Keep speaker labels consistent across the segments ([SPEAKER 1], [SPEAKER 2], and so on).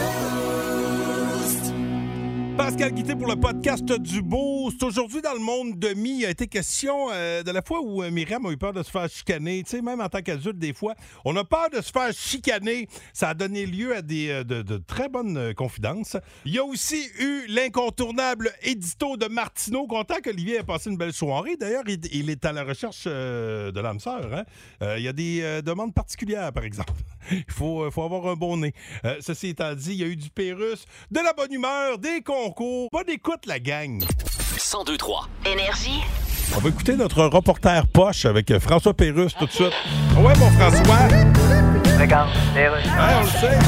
[SPEAKER 1] Pascal Guité pour le podcast du Boost. Aujourd'hui, dans le monde de mi, il a été question euh, de la fois où euh, Myriam a eu peur de se faire chicaner. Tu sais, même en tant qu'adulte, des fois, on a peur de se faire chicaner. Ça a donné lieu à des, euh, de, de très bonnes euh, confidences. Il y a aussi eu l'incontournable édito de Martineau. Content qu'Olivier ait passé une belle soirée. D'ailleurs, il, il est à la recherche euh, de l'âme sœur. hein. Euh, il y a des euh, demandes particulières, par exemple. Il faut, euh, faut avoir un bon nez. Euh, ceci étant dit, il y a eu du Pérus, de la bonne humeur, des concours. Bonne écoute, la gang.
[SPEAKER 2] 1023.
[SPEAKER 3] Énergie.
[SPEAKER 1] On va écouter notre reporter poche avec euh, François Pérus tout de suite. Ah Ouais, mon François. Ouais, on le sait.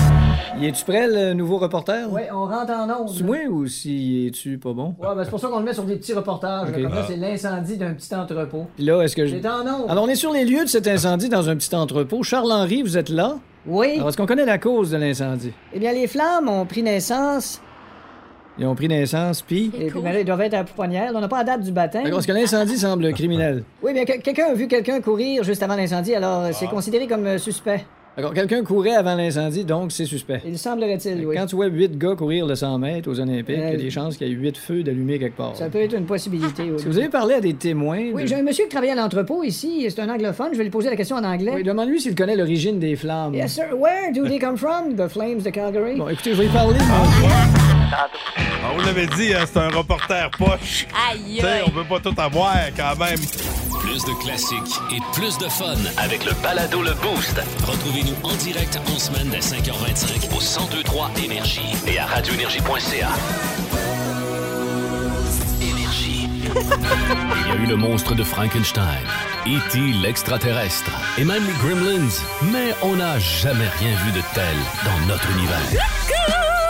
[SPEAKER 4] Y es-tu prêt, le nouveau reporter?
[SPEAKER 5] Ouais, on rentre en onde.
[SPEAKER 4] Tu moins ou si es-tu pas bon?
[SPEAKER 5] Ouais, ben c'est pour ça qu'on le met sur des petits reportages. là.
[SPEAKER 4] Ok. Ah.
[SPEAKER 5] Comme là, c'est l'incendie d'un petit entrepôt.
[SPEAKER 4] Puis là, est-ce que je.
[SPEAKER 5] J'étais en onde.
[SPEAKER 4] Alors, on est sur les lieux de cet incendie dans un petit entrepôt. Charles-Henri, vous êtes là?
[SPEAKER 6] Oui.
[SPEAKER 4] Alors, est-ce qu'on connaît la cause de l'incendie?
[SPEAKER 6] Eh bien, les flammes ont pris naissance.
[SPEAKER 4] Ils ont pris naissance, puis.
[SPEAKER 6] Et puis, ben là, ils doivent être à la pouponnière. là, On n'a pas la date du baptême.
[SPEAKER 4] D'accord, est-ce que l'incendie semble criminel?
[SPEAKER 6] Oui, bien, que- quelqu'un a vu quelqu'un courir juste avant l'incendie, alors euh,
[SPEAKER 4] Ah.
[SPEAKER 6] c'est considéré comme euh, suspect.
[SPEAKER 4] D'accord, quelqu'un courait avant l'incendie, donc c'est suspect.
[SPEAKER 6] Il semblerait-il, oui.
[SPEAKER 4] Quand tu vois huit gars courir le 100 mètres aux Olympiques, il y a
[SPEAKER 6] Euh,
[SPEAKER 4] des chances qu'il y ait huit feux d'allumés quelque part.
[SPEAKER 6] Ça peut être une possibilité, oui.
[SPEAKER 4] Est-ce que vous avez parlé à des témoins?
[SPEAKER 6] Oui,
[SPEAKER 4] de-
[SPEAKER 6] j'ai un monsieur qui travaille à l'entrepôt ici. C'est un anglophone. Je vais lui poser la question en anglais.
[SPEAKER 4] Oui, demande-lui s'il connaît l'origine des flammes.
[SPEAKER 6] Yes, sir. Where do they come from? The flames de Calgary.
[SPEAKER 4] Bon, écoutez, je vais y parler. mais-
[SPEAKER 1] On l'avait dit, hein, c'est un reporter poche.
[SPEAKER 7] Aïe,
[SPEAKER 1] Tu sais,
[SPEAKER 7] aïe.
[SPEAKER 1] on peut pas tout avoir quand même.
[SPEAKER 2] Plus de classiques et plus de fun.
[SPEAKER 8] Avec le balado Le Boost.
[SPEAKER 2] Retrouvez-nous en direct en semaine dès 5h25
[SPEAKER 8] Au 1023 Énergie et à radioénergie.ca. Énergie.
[SPEAKER 2] Il y a eu le monstre de Frankenstein, E.T. l'extraterrestre et même les Gremlins, mais on n'a jamais rien vu de tel dans notre univers.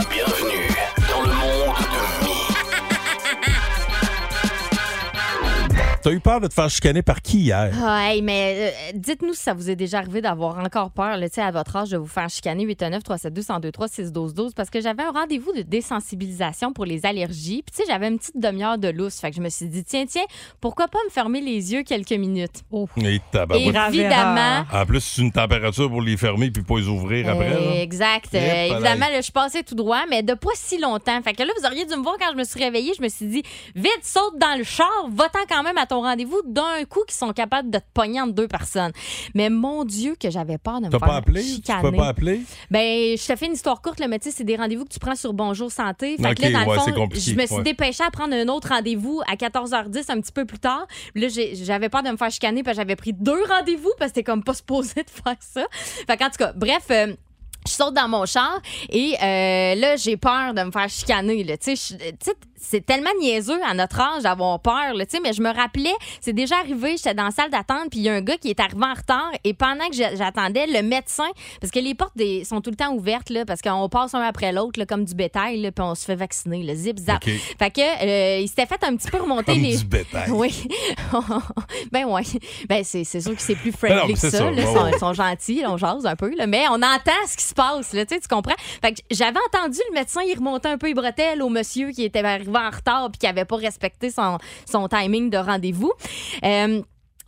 [SPEAKER 8] Bienvenue dans le monde de Mi.
[SPEAKER 1] T'as eu peur de te faire chicaner par qui hier?
[SPEAKER 7] Ah, hey, mais euh, dites-nous si ça vous est déjà arrivé d'avoir encore peur, là, tu sais, à votre âge, de vous faire chicaner 819 372 1023 612 12 parce que j'avais un rendez-vous de désensibilisation pour les allergies. Puis, tu sais, j'avais une petite demi-heure de lousse. Fait que je me suis dit, tiens, tiens, pourquoi pas me fermer les yeux quelques minutes?
[SPEAKER 1] Et
[SPEAKER 7] Et
[SPEAKER 1] tabarouette. Ah.
[SPEAKER 7] Évidemment.
[SPEAKER 1] En plus, c'est une température pour les fermer puis pas les ouvrir après.
[SPEAKER 7] Euh,
[SPEAKER 1] là.
[SPEAKER 7] exact. Euh,
[SPEAKER 1] Yep, pareil.
[SPEAKER 7] évidemment, là, je passais tout droit, mais de pas si longtemps. Fait que là, vous auriez dû me voir quand je me suis réveillée. Je me suis dit, vite, saute dans le char, va-t'en quand même à ton rendez-vous d'un coup qui sont capables de te pogner entre deux personnes. Mais mon Dieu, que j'avais peur de me
[SPEAKER 1] T'as
[SPEAKER 7] faire
[SPEAKER 1] pas appelé? Tu peux
[SPEAKER 7] chicaner.
[SPEAKER 1] pas appeler?
[SPEAKER 7] Ben, je te fais une histoire courte, le métier, c'est des rendez-vous que tu prends sur Bonjour Santé. Fait
[SPEAKER 1] Ok,
[SPEAKER 7] que là, dans
[SPEAKER 1] ouais,
[SPEAKER 7] le
[SPEAKER 1] c'est
[SPEAKER 7] fond,
[SPEAKER 1] compliqué,
[SPEAKER 7] je me suis
[SPEAKER 1] ouais.
[SPEAKER 7] dépêchée à prendre un autre rendez-vous à 14h10, un petit peu plus tard. Puis Là, j'ai- j'avais peur de me faire chicaner parce que j'avais pris deux rendez-vous parce que c'était comme pas supposé de faire ça. Fait qu'en tout cas, bref. euh, je saute dans mon char et euh, là, j'ai peur de me faire chicaner. là. Tu sais, je- tu sais, c'est tellement niaiseux à notre âge d'avoir peur. là, tu sais, mais je me rappelais, c'est déjà arrivé, j'étais dans la salle d'attente, puis il y a un gars qui est arrivé en retard. Et pendant que j'a- j'attendais, le médecin, parce que les portes des- sont tout le temps ouvertes, là, parce qu'on passe un après l'autre là, comme du bétail, là, puis on se fait vacciner, le zip zap.
[SPEAKER 1] OK.
[SPEAKER 7] Fait que euh, il s'était fait un petit peu remonter
[SPEAKER 1] Comme
[SPEAKER 7] les.
[SPEAKER 1] du bétail.
[SPEAKER 7] Oui. ben ouais. Ben c'est c'est sûr que c'est plus
[SPEAKER 1] Ben non,
[SPEAKER 7] friendly
[SPEAKER 1] mais
[SPEAKER 7] que
[SPEAKER 1] c'est
[SPEAKER 7] ça. là.
[SPEAKER 1] ça, ouais,
[SPEAKER 7] Ils sont-
[SPEAKER 1] ouais.
[SPEAKER 7] ils sont gentils, là, on jase un peu, là, mais on entend ce qui se passe, là, tu sais, tu comprends? Fait que j'avais entendu le médecin, il remontait un peu les bretelles au monsieur qui était arrivé en retard puis qui avait pas respecté son, son timing de rendez-vous. Euh,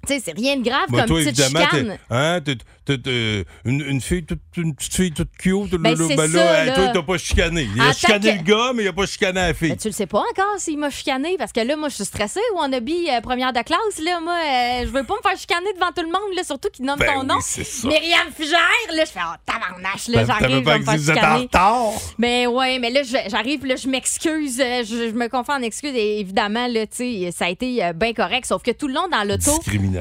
[SPEAKER 7] tu sais, c'est rien de grave
[SPEAKER 1] Bah,
[SPEAKER 7] comme
[SPEAKER 1] toi,
[SPEAKER 7] petite
[SPEAKER 1] évidemment, t'es-
[SPEAKER 7] chicane.
[SPEAKER 1] hein, t'es- t'es- t'es une, une fille toute, une petite fille toute cute.
[SPEAKER 7] Ben,
[SPEAKER 1] là,
[SPEAKER 7] c'est
[SPEAKER 1] ben
[SPEAKER 7] ça,
[SPEAKER 1] là, hey,
[SPEAKER 7] là.
[SPEAKER 1] toi, t'as pas chicané. Il a
[SPEAKER 7] En tant
[SPEAKER 1] chicané
[SPEAKER 7] que-
[SPEAKER 1] le gars, mais il a pas chicané la fille.
[SPEAKER 7] Mais tu le sais pas encore s'il m'a chicané parce que là, moi, je suis stressée ou en habit euh, première de classe. Là, moi, euh, je veux pas me faire chicaner devant tout le monde, là, surtout qu'il nomme
[SPEAKER 1] Ben
[SPEAKER 7] ton
[SPEAKER 1] oui,
[SPEAKER 7] nom.
[SPEAKER 1] c'est ça.
[SPEAKER 7] Myriam Fugère, là, je fais oh, tabarnache, là,
[SPEAKER 1] T'as- t'avais
[SPEAKER 7] j'arrive, je vais
[SPEAKER 1] pas
[SPEAKER 7] me
[SPEAKER 1] dit
[SPEAKER 7] faire
[SPEAKER 1] vous êtes en
[SPEAKER 7] chicaner.
[SPEAKER 1] retard.
[SPEAKER 7] Mais ouais, mais là, je- j'arrive, là, je m'excuse, euh, je, je me confie euh, en excuse. Et évidemment, là, tu sais, ça a été bien correct. Sauf que tout le long dans l'auto,
[SPEAKER 1] Discrimination.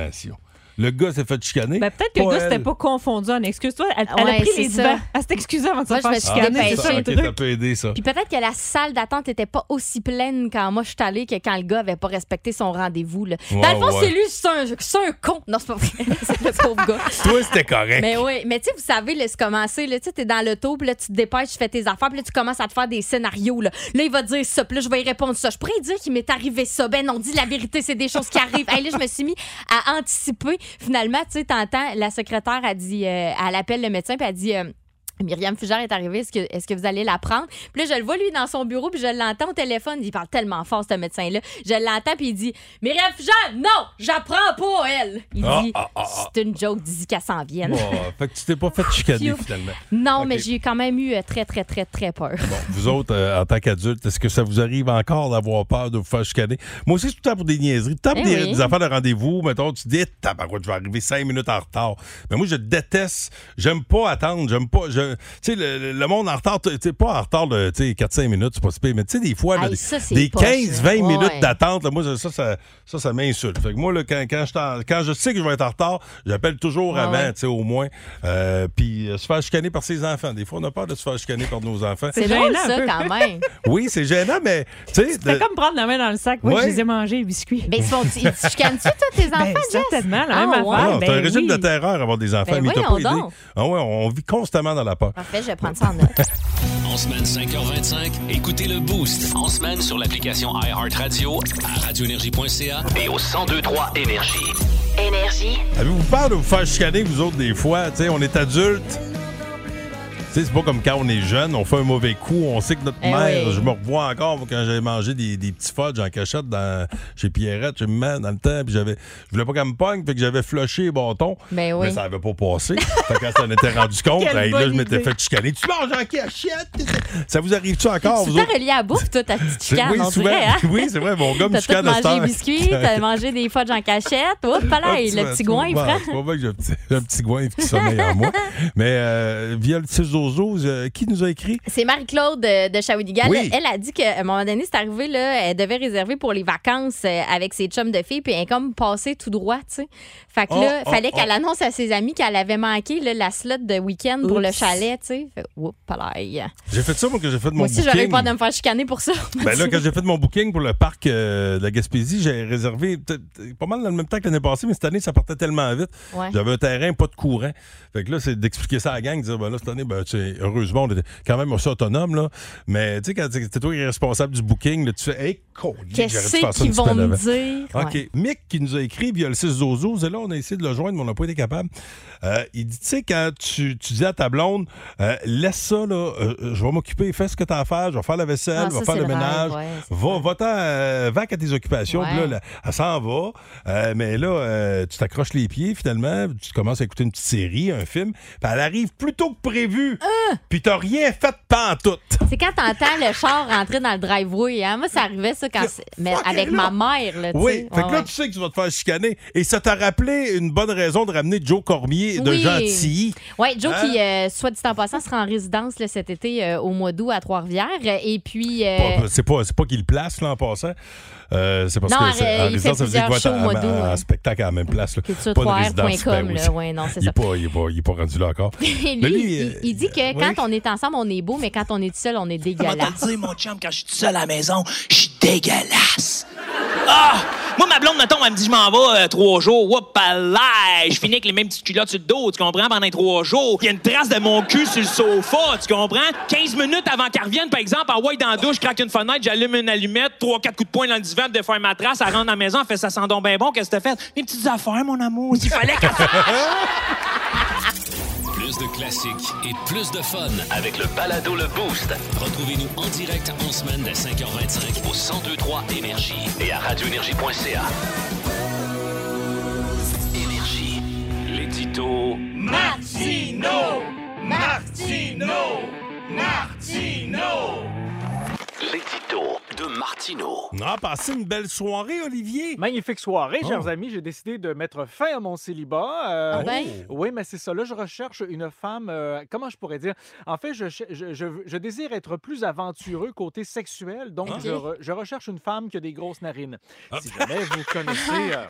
[SPEAKER 1] Le gars s'est fait chicaner.
[SPEAKER 9] Ben, peut-être que le gars
[SPEAKER 1] elle.
[SPEAKER 9] s'était pas confondu en excuse-toi. Elle, elle
[SPEAKER 7] Ouais,
[SPEAKER 9] a pris
[SPEAKER 7] c'est
[SPEAKER 9] les
[SPEAKER 7] ça.
[SPEAKER 9] devants. Elle s'est excusée avant de se
[SPEAKER 7] Moi, je
[SPEAKER 9] faire
[SPEAKER 7] me suis
[SPEAKER 9] chicaner.
[SPEAKER 7] dépêchée.
[SPEAKER 9] C'est ça le
[SPEAKER 1] Ah, Ok,
[SPEAKER 9] truc.
[SPEAKER 1] ça peut aider, ça.
[SPEAKER 7] Puis peut-être que la salle d'attente n'était pas aussi pleine quand moi je suis allée que quand le gars avait pas respecté son rendez-vous. là.
[SPEAKER 1] Ouais,
[SPEAKER 7] Dans le fond,
[SPEAKER 1] ouais.
[SPEAKER 7] c'est lui, c'est un, c'est un con. Non, c'est pas vrai. c'est le pauvre gars.
[SPEAKER 1] Toi, c'était correct.
[SPEAKER 7] Mais oui, mais tu sais, vous savez, là, c'est commencé, là, tu sais, t'es dans l'auto, puis là, tu te dépêches, tu fais tes affaires, puis là, tu commences à te faire des scénarios, là. Là, il va te dire ça, puis là, je vais y répondre ça. Je pourrais dire qu'il m'est arrivé ça. Ben non, dis la vérité, c'est des choses qui arrivent. Hey, là, je me suis mis à anticiper. Finalement, tu sais, t'entends, la secrétaire, a dit, euh, elle appelle le médecin, puis elle dit... euh, Myriam Fugère est arrivée, est-ce que, est-ce que vous allez la prendre? Puis là, je le vois, lui, dans son bureau, puis je l'entends au téléphone. Il parle tellement fort, ce médecin-là. Je l'entends, puis il dit Myriam Fugère, non, j'apprends pas, elle. Il
[SPEAKER 1] Ah,
[SPEAKER 7] dit
[SPEAKER 1] ah, ah, ah.
[SPEAKER 7] C'est une joke d'ici qu'elle s'en vienne.
[SPEAKER 1] Bon, Oh, fait que tu t'es pas fait chicaner,
[SPEAKER 7] Phew.
[SPEAKER 1] finalement.
[SPEAKER 7] Non,
[SPEAKER 1] Ok.
[SPEAKER 7] mais j'ai quand même eu euh, très, très, très, très peur.
[SPEAKER 1] Bon, vous autres, euh, en tant qu'adultes, est-ce que ça vous arrive encore d'avoir peur de vous faire chicaner? Moi aussi, c'est tout le temps pour des niaiseries. Tout le temps pour
[SPEAKER 7] Eh
[SPEAKER 1] des,
[SPEAKER 7] oui.
[SPEAKER 1] des affaires de rendez-vous. Mettons, tu dis, Eh, tabarouette, je vais arriver cinq minutes en retard. Mais moi, je déteste. J'aime pas attendre. J'aime pas. je- Tu sais, le, le- le monde en retard, tu tu sais, pas en retard de 4-5 minutes, c'est pas si pire. Mais tu sais, des fois, là,
[SPEAKER 7] Hey,
[SPEAKER 1] des,
[SPEAKER 7] ça, c'est
[SPEAKER 1] des
[SPEAKER 7] poche,
[SPEAKER 1] 15-20
[SPEAKER 7] là.
[SPEAKER 1] minutes
[SPEAKER 7] Ouais.
[SPEAKER 1] d'attente, là, moi, ça, ça, ça, ça, ça m'insulte. Fait que moi, là, quand, quand, je t'en- quand je sais que je vais être en retard, j'appelle toujours
[SPEAKER 7] Ouais,
[SPEAKER 1] avant,
[SPEAKER 7] ouais.
[SPEAKER 1] tu sais, au moins. Euh, Puis euh, se faire chicaner par ses enfants. Des fois, on a peur de se faire chicaner par nos enfants.
[SPEAKER 7] C'est
[SPEAKER 9] gênant,
[SPEAKER 7] drôle,
[SPEAKER 9] un
[SPEAKER 7] ça,
[SPEAKER 9] peu.
[SPEAKER 7] quand même.
[SPEAKER 1] Oui, c'est gênant, mais tu sais, de-
[SPEAKER 9] C'est comme prendre la main dans le sac. Moi,
[SPEAKER 1] Ouais.
[SPEAKER 9] je les ai mangés, les biscuits.
[SPEAKER 7] Mais ils sont. Ils te chicanent-tu, toi, tes enfants,
[SPEAKER 9] Ben,
[SPEAKER 7] Jess?
[SPEAKER 9] certainement, la
[SPEAKER 7] Ah,
[SPEAKER 9] même
[SPEAKER 7] ouais.
[SPEAKER 1] Ah non,
[SPEAKER 9] affaire.
[SPEAKER 1] c'est un
[SPEAKER 9] Ben
[SPEAKER 1] régime
[SPEAKER 9] oui.
[SPEAKER 1] de terreur avoir des enfants,
[SPEAKER 7] Ben
[SPEAKER 1] mais t'as pas
[SPEAKER 7] voyons
[SPEAKER 1] idée.
[SPEAKER 7] donc.
[SPEAKER 1] Ah ouais, on vit constamment dans la peur.
[SPEAKER 7] Parfait, je vais prendre ça en note.
[SPEAKER 2] En semaine 5h25, écoutez le Boost.
[SPEAKER 8] En semaine sur l'application iHeartRadio
[SPEAKER 2] à radioénergie.ca.
[SPEAKER 8] et au 1023 Énergie.
[SPEAKER 3] Énergie.
[SPEAKER 1] Avez-vous peur de vous faire chicaner, vous autres, des fois? Tu sais, on est adulte. Tu sais, c'est pas comme quand on est jeune, on fait un mauvais coup, on sait que notre
[SPEAKER 7] Eh
[SPEAKER 1] mère,
[SPEAKER 7] oui.
[SPEAKER 1] je me revois encore moi, quand j'avais mangé des, des petits fudge en cachette dans, chez Pierrette, chez maman, dans le temps, puis j'avais, je voulais pas qu'elle me pogne, fait que j'avais flushé les bâtons,
[SPEAKER 7] Ben oui.
[SPEAKER 1] mais ça avait pas passé. fait que quand ça en était rendu compte,
[SPEAKER 9] Quelle
[SPEAKER 1] hey, là, je
[SPEAKER 9] bonne
[SPEAKER 1] m'étais
[SPEAKER 9] idée.
[SPEAKER 1] fait chicaner. Tu manges en cachette! Ça vous arrive-tu encore,
[SPEAKER 7] tu
[SPEAKER 1] vous
[SPEAKER 7] t'es
[SPEAKER 1] autres?
[SPEAKER 7] relié à la bouffe, toi, ta petite chicane,
[SPEAKER 1] oui,
[SPEAKER 7] on
[SPEAKER 1] souvent.
[SPEAKER 7] dirait, hein?
[SPEAKER 1] Oui, c'est vrai, mon gars me
[SPEAKER 7] T'as
[SPEAKER 1] chicane
[SPEAKER 7] tout
[SPEAKER 1] à cette
[SPEAKER 7] mangé
[SPEAKER 1] heure.
[SPEAKER 7] les biscuits, t'as mangé des fudge en cachette. Oups, pas là,
[SPEAKER 1] Ah, tu
[SPEAKER 7] le
[SPEAKER 1] vois,
[SPEAKER 7] petit hein?
[SPEAKER 1] tu vois,
[SPEAKER 7] goin, il prend.
[SPEAKER 1] C'est pas vrai que j'ai un petit- j'ai un petit goin qui sommeille en moi. Mais euh, via le 6 Zozo, euh, qui nous a écrit?
[SPEAKER 7] C'est Marie-Claude euh, de Shawinigan.
[SPEAKER 1] Oui.
[SPEAKER 7] Elle a dit qu'à un moment donné, c'est arrivé, là, elle devait réserver pour les vacances euh, avec ses chums de filles, puis elle est comme passée tout droit, tu sais. Fait que là,
[SPEAKER 1] Oh, oh,
[SPEAKER 7] fallait
[SPEAKER 1] oh.
[SPEAKER 7] qu'elle annonce à ses amis qu'elle avait manqué là, la slot de week-end pour le
[SPEAKER 9] Oups.
[SPEAKER 7] chalet, tu sais. Fait, Oups, palaille.
[SPEAKER 1] J'ai fait ça, moi, quand j'ai fait de mon
[SPEAKER 7] Moi aussi, j'avais
[SPEAKER 1] booking.
[SPEAKER 7] peur de me faire chicaner pour ça.
[SPEAKER 1] Ben là, quand j'ai fait de mon booking pour le parc euh, de la Gaspésie, j'ai réservé peut-être, euh, pas mal dans le même temps que l'année passée, mais cette année, ça partait tellement vite.
[SPEAKER 7] Ouais.
[SPEAKER 1] J'avais un terrain, pas de courant. Fait que là, c'est d'expliquer ça à la gang, de dire, ben là, cette année, ben, tu sais, heureusement, on est quand même aussi autonome, là. Mais tu sais, quand t'es toi qui es responsable du booking, là, tu fais, hey, cool, j'aurais dû
[SPEAKER 7] Qu'est-ce
[SPEAKER 1] faire ça une
[SPEAKER 7] qu'ils vont
[SPEAKER 1] semaine
[SPEAKER 7] me
[SPEAKER 1] avant.
[SPEAKER 7] dire?
[SPEAKER 1] OK.
[SPEAKER 7] Ouais.
[SPEAKER 1] Mick qui nous a écrit via le 6 Zozo, et là, on a essayé de le joindre, mais on n'a pas été capable. Euh, il dit, tu sais, quand tu, tu dis à ta blonde, euh, laisse ça, là, euh, euh, je vais m'occuper, fais ce que tu as à faire, je vais faire la vaisselle,
[SPEAKER 7] Ah,
[SPEAKER 1] je vais
[SPEAKER 7] ça,
[SPEAKER 1] faire
[SPEAKER 7] c'est
[SPEAKER 1] le
[SPEAKER 7] le
[SPEAKER 1] ménage.
[SPEAKER 7] rêve, ouais, c'est
[SPEAKER 1] va,
[SPEAKER 7] ça.
[SPEAKER 1] va-t'en, euh, vaque à tes occupations.
[SPEAKER 7] Ouais.
[SPEAKER 1] Puis là, là, elle s'en va, euh, mais là, euh, tu t'accroches les pieds, finalement, tu commences à écouter une petite série, un film, puis elle arrive plus tôt que prévu,
[SPEAKER 7] Euh!
[SPEAKER 1] puis t'as rien fait pantoute.
[SPEAKER 7] C'est quand t'entends le char rentrer dans le driveway. Hein? Moi, ça arrivait ça quand c'est- mais
[SPEAKER 1] fuck
[SPEAKER 7] avec
[SPEAKER 1] it,
[SPEAKER 7] ma
[SPEAKER 1] là.
[SPEAKER 7] mère. Là, tu sais.
[SPEAKER 1] Oui, fait que
[SPEAKER 7] Ouais,
[SPEAKER 1] là,
[SPEAKER 7] ouais.
[SPEAKER 1] tu sais que tu vas te faire chicaner. Et ça t'a rappelé une bonne raison de ramener Joe Cormier de
[SPEAKER 7] Oui.
[SPEAKER 1] Gentilly.
[SPEAKER 7] Oui, Joe
[SPEAKER 1] Hein?
[SPEAKER 7] qui, euh, soit dit en passant, sera en résidence là, cet été euh, au mois d'août à Trois-Rivières. Euh, Et puis. euh,
[SPEAKER 1] Pas- C'est pas, c'est pas qu'il le place, là, en passant. Euh, c'est parce
[SPEAKER 7] Non,
[SPEAKER 1] que
[SPEAKER 7] euh,
[SPEAKER 1] c'est- en
[SPEAKER 7] il
[SPEAKER 1] résidence,
[SPEAKER 7] fait
[SPEAKER 1] ça veut dire qu'il va être
[SPEAKER 7] plusieurs shows au mois
[SPEAKER 1] en- en-
[SPEAKER 7] d'août,
[SPEAKER 1] en
[SPEAKER 7] ouais.
[SPEAKER 1] spectacle à la même place. là.
[SPEAKER 7] Culture
[SPEAKER 1] Pas de
[SPEAKER 7] 3R.com,
[SPEAKER 1] résidence, ben oui,
[SPEAKER 7] là.
[SPEAKER 1] c'est-
[SPEAKER 7] Ouais, non, c'est
[SPEAKER 1] Il
[SPEAKER 7] ça.
[SPEAKER 1] est pas- il est pas- il est pas rendu là encore.
[SPEAKER 7] Et lui,
[SPEAKER 1] Mais lui,
[SPEAKER 7] il,
[SPEAKER 1] euh,
[SPEAKER 7] il dit que
[SPEAKER 1] oui.
[SPEAKER 7] quand on est ensemble, on est beau, mais quand on est tout seul, on est
[SPEAKER 10] Comment te
[SPEAKER 7] dégueulasse.
[SPEAKER 10] le dire, mon chum, quand je suis tout seul à la maison, je suis dégueulasse. Ah! Moi, ma blonde, mettons, elle me dit, je m'en vais euh, trois jours. Whoop, là! Je finis avec les mêmes petites culottes sur le dos, tu comprends, pendant les trois jours. Il y a une trace de mon cul sur le sofa, tu comprends? 15 minutes avant qu'elle revienne, par exemple, elle ouais dans la douche, je craque une fenêtre, j'allume une allumette, trois, quatre coups de poing dans le divan de faire ma trace, elle rentre dans la maison, elle fait ça sent donc bien bon, qu'est-ce que t'as fait? Mes petites affaires, mon amour. Il fallait qu'elle
[SPEAKER 2] Plus de classiques et plus de fun.
[SPEAKER 8] Avec le balado Le Boost
[SPEAKER 2] Retrouvez-nous en direct en semaine dès 5h25
[SPEAKER 8] au 1023 Énergie et à radioénergie.ca. Énergie. L'édito Martino! Martino! Martino! L'édito de Martino.
[SPEAKER 1] Ah, passez une belle soirée, Olivier.
[SPEAKER 11] Magnifique soirée,
[SPEAKER 1] Oh.
[SPEAKER 11] chers amis. J'ai décidé de mettre fin à mon célibat. Euh,
[SPEAKER 7] Ah ben?
[SPEAKER 11] Oui, mais c'est ça. Là, je recherche une femme. euh, comment je pourrais dire? En fait, je, ch- je, je- je désire être plus aventureux côté sexuel, donc
[SPEAKER 7] Ok.
[SPEAKER 1] Ah.
[SPEAKER 11] je, re- je recherche une femme qui a des grosses narines. Si jamais vous connaissez. euh,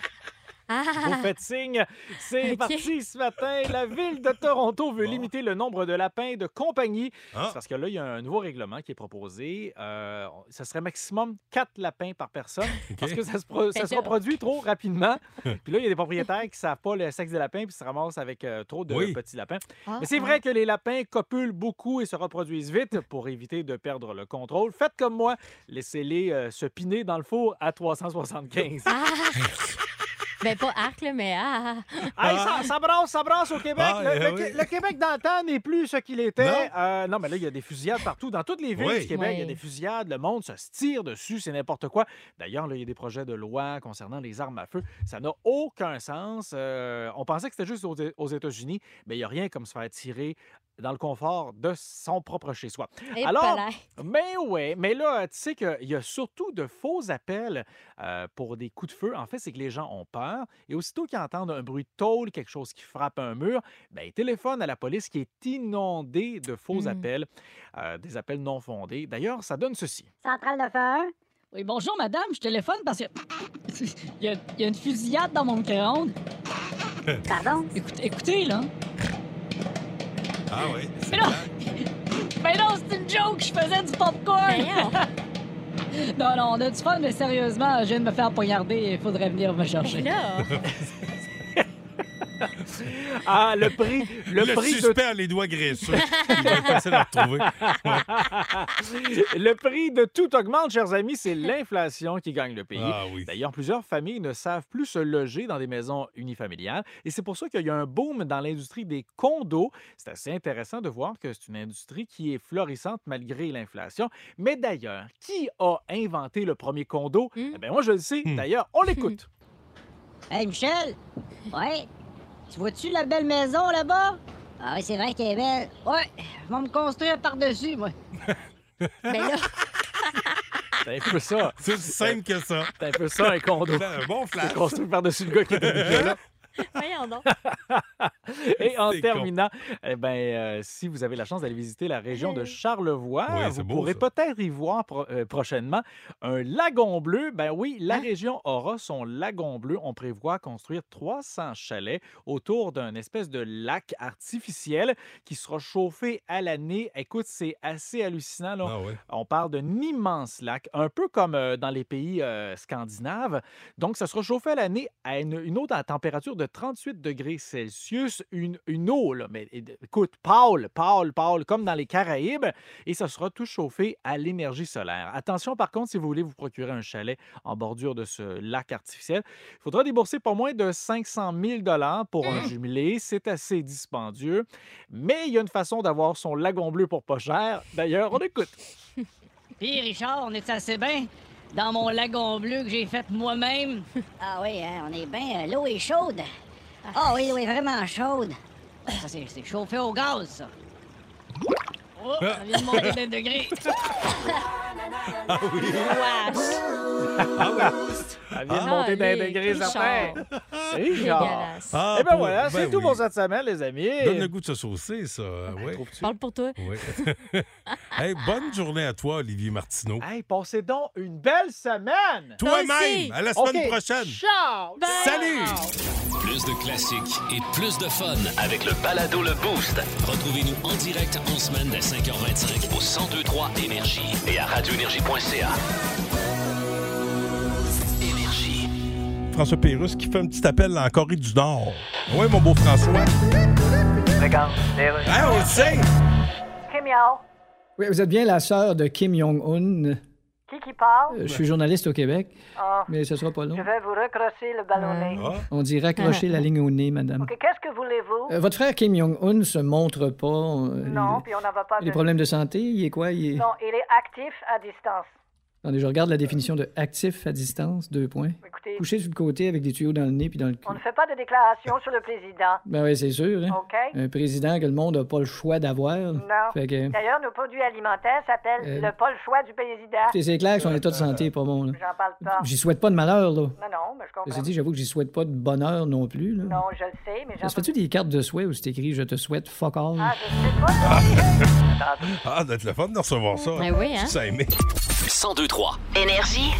[SPEAKER 11] Vous faites signe. C'est
[SPEAKER 7] Ok.
[SPEAKER 11] parti ce matin. La ville de Toronto veut limiter le nombre de lapins de compagnie.
[SPEAKER 1] Ah.
[SPEAKER 11] C'est Parce que là, il y a un nouveau règlement qui est proposé. Euh, ça serait maximum 4 lapins par personne. Parce que ça se, pro- ça
[SPEAKER 9] Ben
[SPEAKER 11] se
[SPEAKER 9] là.
[SPEAKER 11] reproduit trop rapidement. puis là, il y a des propriétaires qui ne savent pas le sexe des lapins puis se ramassent avec euh, trop de
[SPEAKER 9] Oui.
[SPEAKER 11] petits lapins.
[SPEAKER 9] Ah,
[SPEAKER 11] Mais c'est
[SPEAKER 9] ah.
[SPEAKER 11] vrai que les lapins copulent beaucoup et se reproduisent vite pour éviter de perdre le contrôle. Faites comme moi. Laissez-les euh, se piner dans le four à 375.
[SPEAKER 7] Ben, pas arc, là, mais ah.
[SPEAKER 11] Hey, ça, ça brasse, ça brasse au Québec.
[SPEAKER 7] Ah,
[SPEAKER 11] le,
[SPEAKER 7] eh
[SPEAKER 11] le-
[SPEAKER 7] oui.
[SPEAKER 11] le Québec d'antan n'est plus ce qu'il était.
[SPEAKER 7] Non.
[SPEAKER 11] Euh, non, mais là, il y a des fusillades partout. Dans toutes les villes
[SPEAKER 7] Oui.
[SPEAKER 11] du Québec, il y a
[SPEAKER 7] Oui.
[SPEAKER 11] des fusillades. Le monde se tire dessus, c'est n'importe quoi. D'ailleurs, là, il y a des projets de loi concernant les armes à feu. Ça n'a aucun sens. Euh, on pensait que c'était juste aux, aux États-Unis, mais il n'y a rien comme se faire tirer dans le confort de son propre chez-soi.
[SPEAKER 7] Et
[SPEAKER 11] Alors,
[SPEAKER 7] palais.
[SPEAKER 11] mais ouais, mais là, tu sais qu'il y a surtout de faux appels euh, pour des coups de feu. En fait, c'est que les gens ont peur et aussitôt qu'ils entendent un bruit de tôle, quelque chose qui frappe un mur, ben, ils téléphonent à la police qui est inondée de faux
[SPEAKER 12] Mm.
[SPEAKER 11] appels, euh, des appels non fondés. D'ailleurs, ça donne ceci.
[SPEAKER 12] Centrale de feu. Oui, bonjour, madame. Je téléphone parce que. Il y, a, il y a une fusillade dans mon micro-ondes.
[SPEAKER 1] euh,
[SPEAKER 12] Pardon? Écoutez, écoutez, là.
[SPEAKER 1] Ah oui.
[SPEAKER 12] Mais non! Mais non, c'est une joke! Je faisais du
[SPEAKER 3] Ben,
[SPEAKER 12] popcorn!
[SPEAKER 3] hein.
[SPEAKER 12] non, non, on a du fun, mais sérieusement, je viens de me faire poignarder. Il faudrait venir me chercher.
[SPEAKER 11] Ah, le prix, le,
[SPEAKER 1] Le
[SPEAKER 11] prix
[SPEAKER 1] suspect
[SPEAKER 11] de...
[SPEAKER 1] a les doigts graisseux. Il va être facile à retrouver.
[SPEAKER 11] le prix de tout augmente, chers amis, c'est l'inflation qui gagne le pays.
[SPEAKER 1] Ah oui.
[SPEAKER 11] D'ailleurs, plusieurs familles ne savent plus se loger dans des maisons unifamiliales et c'est pour ça qu'il y a un boom dans l'industrie des condos. C'est assez intéressant de voir que c'est une industrie qui est florissante malgré l'inflation. Mais d'ailleurs, qui a inventé le premier condo? Eh bien, moi, je le sais. D'ailleurs, on l'écoute.
[SPEAKER 13] Hey Michel! Ouais? Tu vois-tu la belle maison là-bas? Ah oui, c'est vrai qu'elle est belle. Ouais, ils vont me construire par-dessus, moi. Mais là,
[SPEAKER 11] C'est un peu ça.
[SPEAKER 1] C'est aussi simple que ça. Ben
[SPEAKER 11] C'est un peu ça, un condo.
[SPEAKER 1] C'est un bon flash.
[SPEAKER 11] C'est construit par-dessus le gars qui était là.
[SPEAKER 7] Voyons donc.
[SPEAKER 11] Et en
[SPEAKER 1] C'est con.
[SPEAKER 11] terminant, eh ben, euh, si vous avez la chance d'aller visiter la région de Charlevoix,
[SPEAKER 1] Oui, c'est
[SPEAKER 11] vous
[SPEAKER 1] beau,
[SPEAKER 11] pourrez
[SPEAKER 1] ça.
[SPEAKER 11] peut-être y voir pro- euh, prochainement un lagon bleu. Ben oui, la région aura son lagon bleu. On prévoit construire 300 chalets autour d'un espèce de lac artificiel qui sera chauffé à l'année. Écoute, c'est assez hallucinant.
[SPEAKER 1] Ah
[SPEAKER 11] là. On parle d'un immense lac, un peu comme euh, dans les pays euh, scandinaves. Donc, ça sera chauffé à l'année à une, une eau à température de 38 degrés Celsius, une, une eau, là, mais é- écoute, pâle, pâle, pâle, comme dans les Caraïbes, et ça sera tout chauffé à l'énergie solaire. Attention, par contre, si vous voulez vous procurer un chalet en bordure de ce lac artificiel, il faudra débourser pas moins de 500 000 pour
[SPEAKER 1] Hein?
[SPEAKER 11] un jumelé. C'est assez dispendieux, mais il y a une façon d'avoir son lagon bleu pour pas cher. D'ailleurs, on écoute.
[SPEAKER 12] Puis, Richard, on est assez bien dans mon lagon bleu que j'ai fait moi-même.
[SPEAKER 13] ah oui, hein, on est bien. L'eau est chaude. Ah oui, l'eau est vraiment chaude.
[SPEAKER 12] Ça, c'est c'est chauffé au gaz, ça. Oh, ça vient de monter d'un degré.
[SPEAKER 1] Ah oui. Ah oui.
[SPEAKER 11] Elle vient de monter d'un degré certain. Richard.
[SPEAKER 1] Dégueulasse. Ah,
[SPEAKER 11] Eh bien
[SPEAKER 1] pour-
[SPEAKER 11] voilà, c'est
[SPEAKER 1] ben
[SPEAKER 11] tout
[SPEAKER 1] oui.
[SPEAKER 11] pour cette semaine, les amis.
[SPEAKER 1] Donne le goût de se saucer, ça. ouais.
[SPEAKER 7] Parle pour toi.
[SPEAKER 1] Oui. Hey, bonne journée à toi, Olivier Martineau.
[SPEAKER 11] Hey, passez donc une belle semaine!
[SPEAKER 1] Toi-même, à la semaine prochaine.
[SPEAKER 11] Ciao!
[SPEAKER 1] Salut!
[SPEAKER 2] Plus de classiques et plus de fun avec le balado Le Boost. Retrouvez-nous en direct en semaine dès 5h25 au 1023 Énergie.
[SPEAKER 8] Et à radioénergie.ca. Énergie.
[SPEAKER 1] François Pérus qui fait un petit appel en Corée du Nord. Oui, mon beau François.
[SPEAKER 14] Regarde,
[SPEAKER 1] Ah, on le sait!
[SPEAKER 14] Kim Yao,
[SPEAKER 4] Oui, vous êtes bien la sœur de Kim Jong-un.
[SPEAKER 14] qui qui parle?
[SPEAKER 4] Euh, Je suis journaliste au Québec,
[SPEAKER 14] Ah,
[SPEAKER 4] mais ce sera pas long.
[SPEAKER 14] je vais vous recrosser le ballonnet.
[SPEAKER 6] Ah.
[SPEAKER 1] Ah.
[SPEAKER 4] On dit raccrocher la ligne au nez, madame.
[SPEAKER 14] OK, qu'est-ce que voulez-vous?
[SPEAKER 4] Euh, votre frère Kim Jong-un se montre pas. euh,
[SPEAKER 14] non,
[SPEAKER 4] il-
[SPEAKER 14] puis on n'en va pas...
[SPEAKER 4] Il a des problèmes de santé, il est quoi? Il est...
[SPEAKER 14] Non, il est actif à distance.
[SPEAKER 4] Attendez, je regarde la définition de actif à distance, deux points.
[SPEAKER 14] Écoutez-
[SPEAKER 4] Couché sur le côté avec des tuyaux dans le nez puis dans le cul.
[SPEAKER 14] On ne fait pas de déclaration sur le président.
[SPEAKER 4] Ben oui, c'est sûr. hein.
[SPEAKER 14] OK.
[SPEAKER 4] Un président que le monde n'a pas le choix d'avoir.
[SPEAKER 14] Non.
[SPEAKER 4] Fait que,
[SPEAKER 14] D'ailleurs, nos produits alimentaires s'appellent
[SPEAKER 4] Euh,
[SPEAKER 14] le pas le choix du président.
[SPEAKER 4] écoutez, c'est clair que son état de santé est pas bon. là.
[SPEAKER 14] J'en parle pas.
[SPEAKER 4] J'y souhaite pas de malheur, là.
[SPEAKER 14] Non, non, mais je comprends.
[SPEAKER 4] Ceci dit, j'avoue que j'y souhaite pas de bonheur non plus. Là.
[SPEAKER 14] Non, je le sais, mais j'en
[SPEAKER 4] Ça se fait-tu des cartes de souhait où c'est écrit Je te souhaite fuck all?
[SPEAKER 14] Ah, je sais pas.
[SPEAKER 1] Ah, d'être le fun de recevoir ça.
[SPEAKER 14] Ben oui, hein?
[SPEAKER 1] Ça aimé.
[SPEAKER 2] 1023
[SPEAKER 3] Énergie.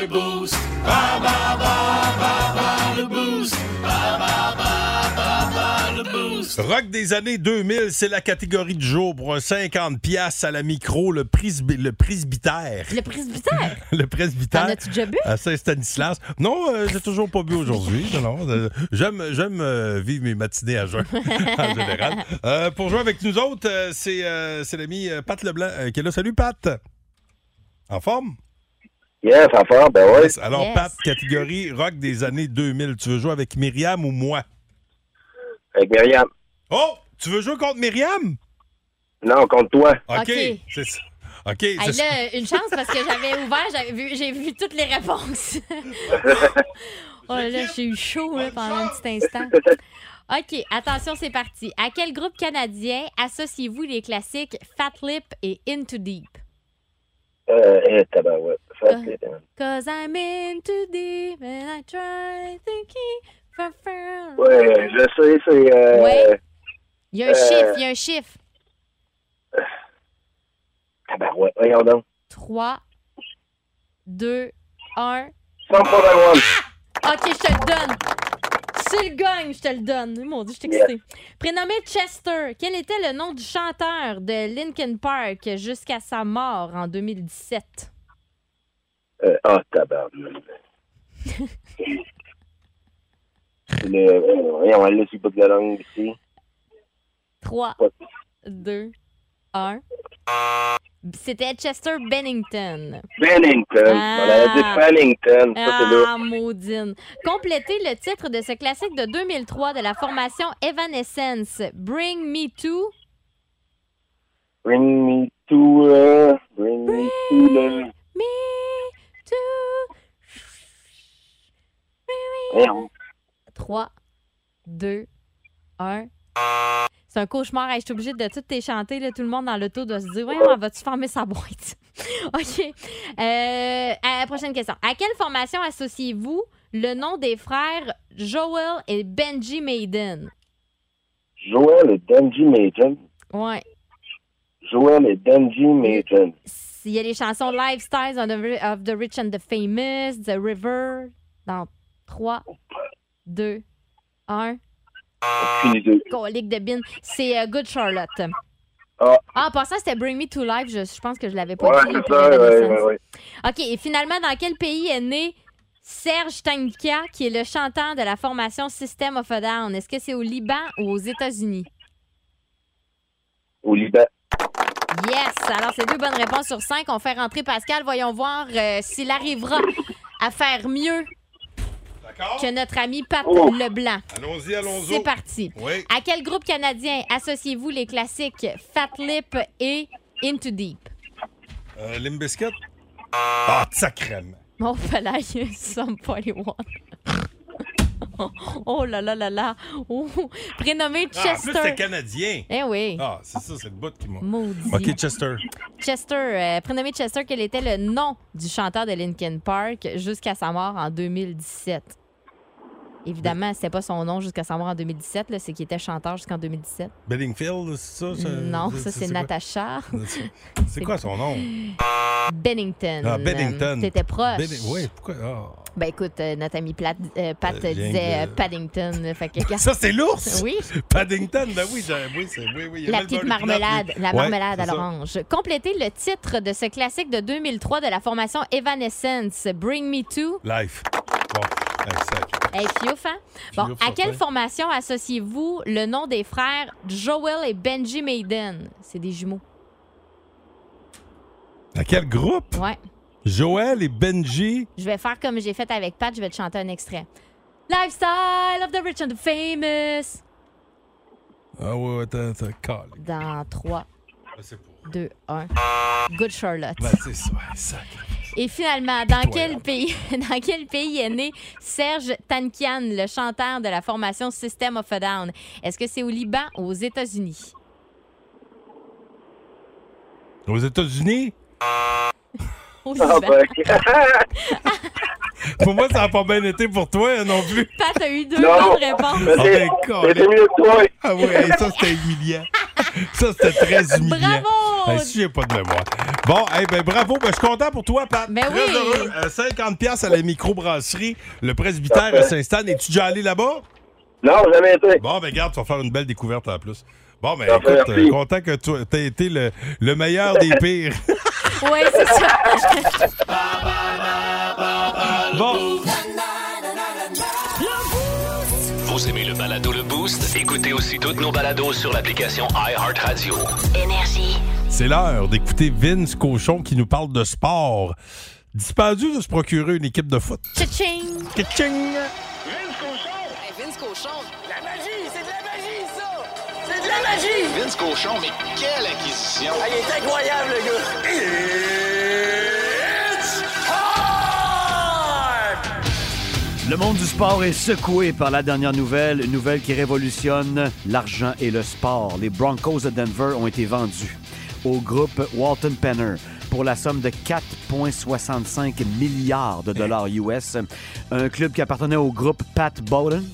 [SPEAKER 15] le boost. Ba, ba, ba, ba, ba, le boost. Ba, ba, ba, ba, ba, le boost.
[SPEAKER 1] Rock des années 2000, c'est la catégorie du jour pour un 50 pièces à la micro, le, prisbi- le presbytère.
[SPEAKER 7] Le presbytère?
[SPEAKER 1] le presbytère.
[SPEAKER 7] T'en as-tu déjà bu?
[SPEAKER 1] À Saint-Stanislas. Non, euh, j'ai toujours pas bu aujourd'hui. non, non, euh, j'aime, j'aime euh, vivre mes matinées à jeun, en général. Euh, pour jouer avec nous autres, euh, c'est, euh, c'est l'ami euh, Pat Leblanc euh, qui est là. Salut, Pat. En forme?
[SPEAKER 16] Yes, en forme, ben oui.
[SPEAKER 1] Yes. Alors, Pat, catégorie rock des années 2000. Tu veux jouer avec Myriam ou moi?
[SPEAKER 16] Avec Myriam.
[SPEAKER 1] Oh! Tu veux jouer contre Myriam?
[SPEAKER 16] Non, contre toi.
[SPEAKER 1] OK.
[SPEAKER 7] OK.
[SPEAKER 1] C'est ça. OK.
[SPEAKER 7] Hey,
[SPEAKER 1] c'est ça.
[SPEAKER 7] là, une chance parce que j'avais ouvert, j'avais vu- j'ai vu toutes les réponses. oh là, j'ai eu chaud là, pendant un petit instant. OK, attention, c'est parti. À quel groupe canadien associez-vous les classiques Fat Lip et Into Deep?
[SPEAKER 16] Euh, eh, tabarouette.
[SPEAKER 7] Ah.
[SPEAKER 16] Faites les-
[SPEAKER 7] Cause I'm in too deep and I try thinking from far.
[SPEAKER 16] Ouais, je sais, c'est. Euh,
[SPEAKER 7] Ouais. Il y a un
[SPEAKER 16] euh,
[SPEAKER 7] chiffre, il y a un chiffre.
[SPEAKER 16] Tabarouette, voyons donc.
[SPEAKER 7] 3, 2, 1.
[SPEAKER 16] Some for the one.
[SPEAKER 7] OK, je te le donne. Tu le gagnes, je te le donne. Mon Dieu, je suis excitée. Prénommé Chester, quel était le nom du chanteur de Linkin Park jusqu'à sa mort en 2017?
[SPEAKER 16] Euh, ah, tabarouette. C'est le. euh, Voyons, elle l'a sur le bout de la langue ici.
[SPEAKER 7] 3, 2, 1. C'était Chester Bennington.
[SPEAKER 16] Bennington. Euh, On avait dit Bennington. Ça, c'est
[SPEAKER 7] Ah,
[SPEAKER 16] là.
[SPEAKER 7] maudine. Complétez le titre de ce classique de 2003 de la formation Evanescence, Bring Me To.
[SPEAKER 16] Bring me to. Euh, bring me to le. Voyons.
[SPEAKER 7] 3, 2, 1. C'est un cauchemar. Hey, je suis obligée de tout t'échanter. Là. Tout le monde dans l'auto doit se dire Ouais, on va-tu fermer sa boîte OK. Euh, à la prochaine question. À quelle formation associez-vous le nom des frères Joel et Benji Maiden
[SPEAKER 16] Joel et Benji Mason.
[SPEAKER 7] Ouais.
[SPEAKER 16] Joel et Benji Mason.
[SPEAKER 7] Il y a les chansons Lifestyles of the, of the Rich and the Famous, The River, dans 3, 2, 1.
[SPEAKER 16] Aucune idée.
[SPEAKER 7] Colique de bin. C'est euh, Good Charlotte.
[SPEAKER 16] Ah.
[SPEAKER 7] en passant, c'était Bring Me to Life. Je, je pense que je l'avais pas
[SPEAKER 16] Ouais,
[SPEAKER 7] dit, puis
[SPEAKER 16] c'est ça, ouais,
[SPEAKER 7] Evanescence.
[SPEAKER 16] ouais, ouais.
[SPEAKER 7] OK, et finalement, dans quel pays est né Serge Tankia, qui est le chanteur de la formation System of a Down? Est-ce que c'est au Liban ou aux États-Unis?
[SPEAKER 16] Au Liban.
[SPEAKER 7] Yes! Alors, c'est deux bonnes réponses sur cinq. On fait rentrer Pascal. Voyons voir euh, s'il arrivera à faire mieux que notre ami Pat
[SPEAKER 1] Oh.
[SPEAKER 7] Leblanc.
[SPEAKER 1] Allons-y, allons-y.
[SPEAKER 7] C'est parti.
[SPEAKER 1] Oui.
[SPEAKER 7] À quel groupe canadien associez-vous les classiques Fat Lip et Into Deep?
[SPEAKER 1] Euh, Limbiscuit. Ah, sacrément.
[SPEAKER 7] Mon palais, Some 41. oh là là là là. Oh. Prénommé
[SPEAKER 1] Ah, en plus,
[SPEAKER 7] Chester.
[SPEAKER 1] c'était canadien.
[SPEAKER 7] eh oui.
[SPEAKER 1] Ah, c'est ça, c'est le bout qui m'a.
[SPEAKER 7] Maudit.
[SPEAKER 1] OK, Chester.
[SPEAKER 7] Chester, euh, prénommé Chester, quel était le nom du chanteur de Linkin Park jusqu'à sa mort en 2017? Évidemment, c'était pas son nom jusqu'à sa mort en 2017, là, c'est qu'il était chanteur jusqu'en 2017.
[SPEAKER 1] Bellingfield, c'est ça? ça?
[SPEAKER 7] Mm, non, ça c'est
[SPEAKER 1] quoi?
[SPEAKER 7] Natacha.
[SPEAKER 1] C'est quoi son nom?
[SPEAKER 7] Bennington.
[SPEAKER 1] Ah, Bennington.
[SPEAKER 7] Euh, T'étais proche.
[SPEAKER 1] Benning- Oui, pourquoi? ah.
[SPEAKER 7] Ben écoute, euh, notre ami Plat- euh, Pat
[SPEAKER 1] Euh, bien
[SPEAKER 7] disait euh,
[SPEAKER 1] que-
[SPEAKER 7] Paddington. euh, fait que quand-
[SPEAKER 1] Ça, c'est l'ours?
[SPEAKER 7] Oui.
[SPEAKER 1] Paddington, ben oui, j'ai- oui, c'est- oui, oui. il y
[SPEAKER 7] La
[SPEAKER 1] avait le
[SPEAKER 7] petite
[SPEAKER 1] beurre de pinot,
[SPEAKER 7] marmelade,
[SPEAKER 1] lui.
[SPEAKER 7] la
[SPEAKER 1] Ouais,
[SPEAKER 7] marmelade à
[SPEAKER 1] c'est ça.
[SPEAKER 7] l'orange. Complétez le titre de ce classique de 2003 de la formation Evanescence, Bring Me To.
[SPEAKER 1] Life. Bon, hey, sac.
[SPEAKER 7] Hey, piouf, hein? Bon,
[SPEAKER 1] Piouf,
[SPEAKER 7] à quelle
[SPEAKER 1] certain.
[SPEAKER 7] formation associez-vous le nom des frères Joel et Benji Maiden? C'est des jumeaux.
[SPEAKER 1] À quel groupe?
[SPEAKER 7] Ouais.
[SPEAKER 1] Joël et Benji.
[SPEAKER 7] Je vais faire comme j'ai fait avec Pat, je vais te chanter un extrait. Lifestyle of the rich and the famous.
[SPEAKER 1] Ah ouais, ouais, attends, attends, calme.
[SPEAKER 7] Dans 3,
[SPEAKER 1] Ah, c'est pour.
[SPEAKER 7] 2, 1. Good Charlotte.
[SPEAKER 1] Ben, c'est ça, ouais, sacré.
[SPEAKER 7] Et finalement, dans quel pays, dans quel pays est né Serge Tankian, le chanteur de la formation System of a Down? Est-ce que c'est au Liban ou aux États-Unis?
[SPEAKER 1] Aux États-Unis?
[SPEAKER 7] Au
[SPEAKER 1] Ah,
[SPEAKER 7] Liban.
[SPEAKER 16] ben,
[SPEAKER 1] Pour moi, ça n'a pas bien été pour toi hein, non plus.
[SPEAKER 7] Pat a eu deux
[SPEAKER 1] Non.
[SPEAKER 7] bonnes réponses.
[SPEAKER 1] Ah, ben, calme.
[SPEAKER 16] mieux que toi.
[SPEAKER 1] Ah oui, hey, ça c'était humiliant. Ça c'était très humiliant.
[SPEAKER 7] Bravo!
[SPEAKER 1] Hey, si j'ai pas de mémoire. Bon, eh ben bravo, ben, je suis content pour toi, Pat.
[SPEAKER 7] Ben
[SPEAKER 1] Très
[SPEAKER 7] oui.
[SPEAKER 1] heureux. Euh, 50 pièces à la microbrasserie, le presbytère à Saint-Stan. Es-tu déjà allé là-bas?
[SPEAKER 16] Non, jamais été.
[SPEAKER 1] Bon, ben garde, tu vas faire une belle découverte en plus. Bon, ben
[SPEAKER 16] Ah, ben,
[SPEAKER 1] écoute,
[SPEAKER 16] merci.
[SPEAKER 1] euh, content que tu aies été le, le meilleur des pires.
[SPEAKER 7] Oui, c'est ça.
[SPEAKER 1] Bon.
[SPEAKER 8] Vous aimez le balado Le Boost? Écoutez aussi toutes nos balados sur l'application iHeartRadio.
[SPEAKER 3] Énergie.
[SPEAKER 1] C'est l'heure d'écouter Vince Cochon qui nous parle de sport. Dispendu de se procurer une équipe de foot.
[SPEAKER 7] Tching!
[SPEAKER 1] Tching!
[SPEAKER 15] Vince Cochon! Vince Cochon! La magie! C'est de la magie, ça! C'est de
[SPEAKER 8] la magie! Vince Cochon, mais quelle acquisition!
[SPEAKER 15] il est incroyable, le gars! It's time!
[SPEAKER 17] Le monde du sport est secoué par la dernière nouvelle, une nouvelle qui révolutionne l'argent et le sport. Les Broncos de Denver ont été vendus au groupe Walton Penner pour la somme de 4,65 milliards de dollars US. Un club qui appartenait au groupe Pat Bowden.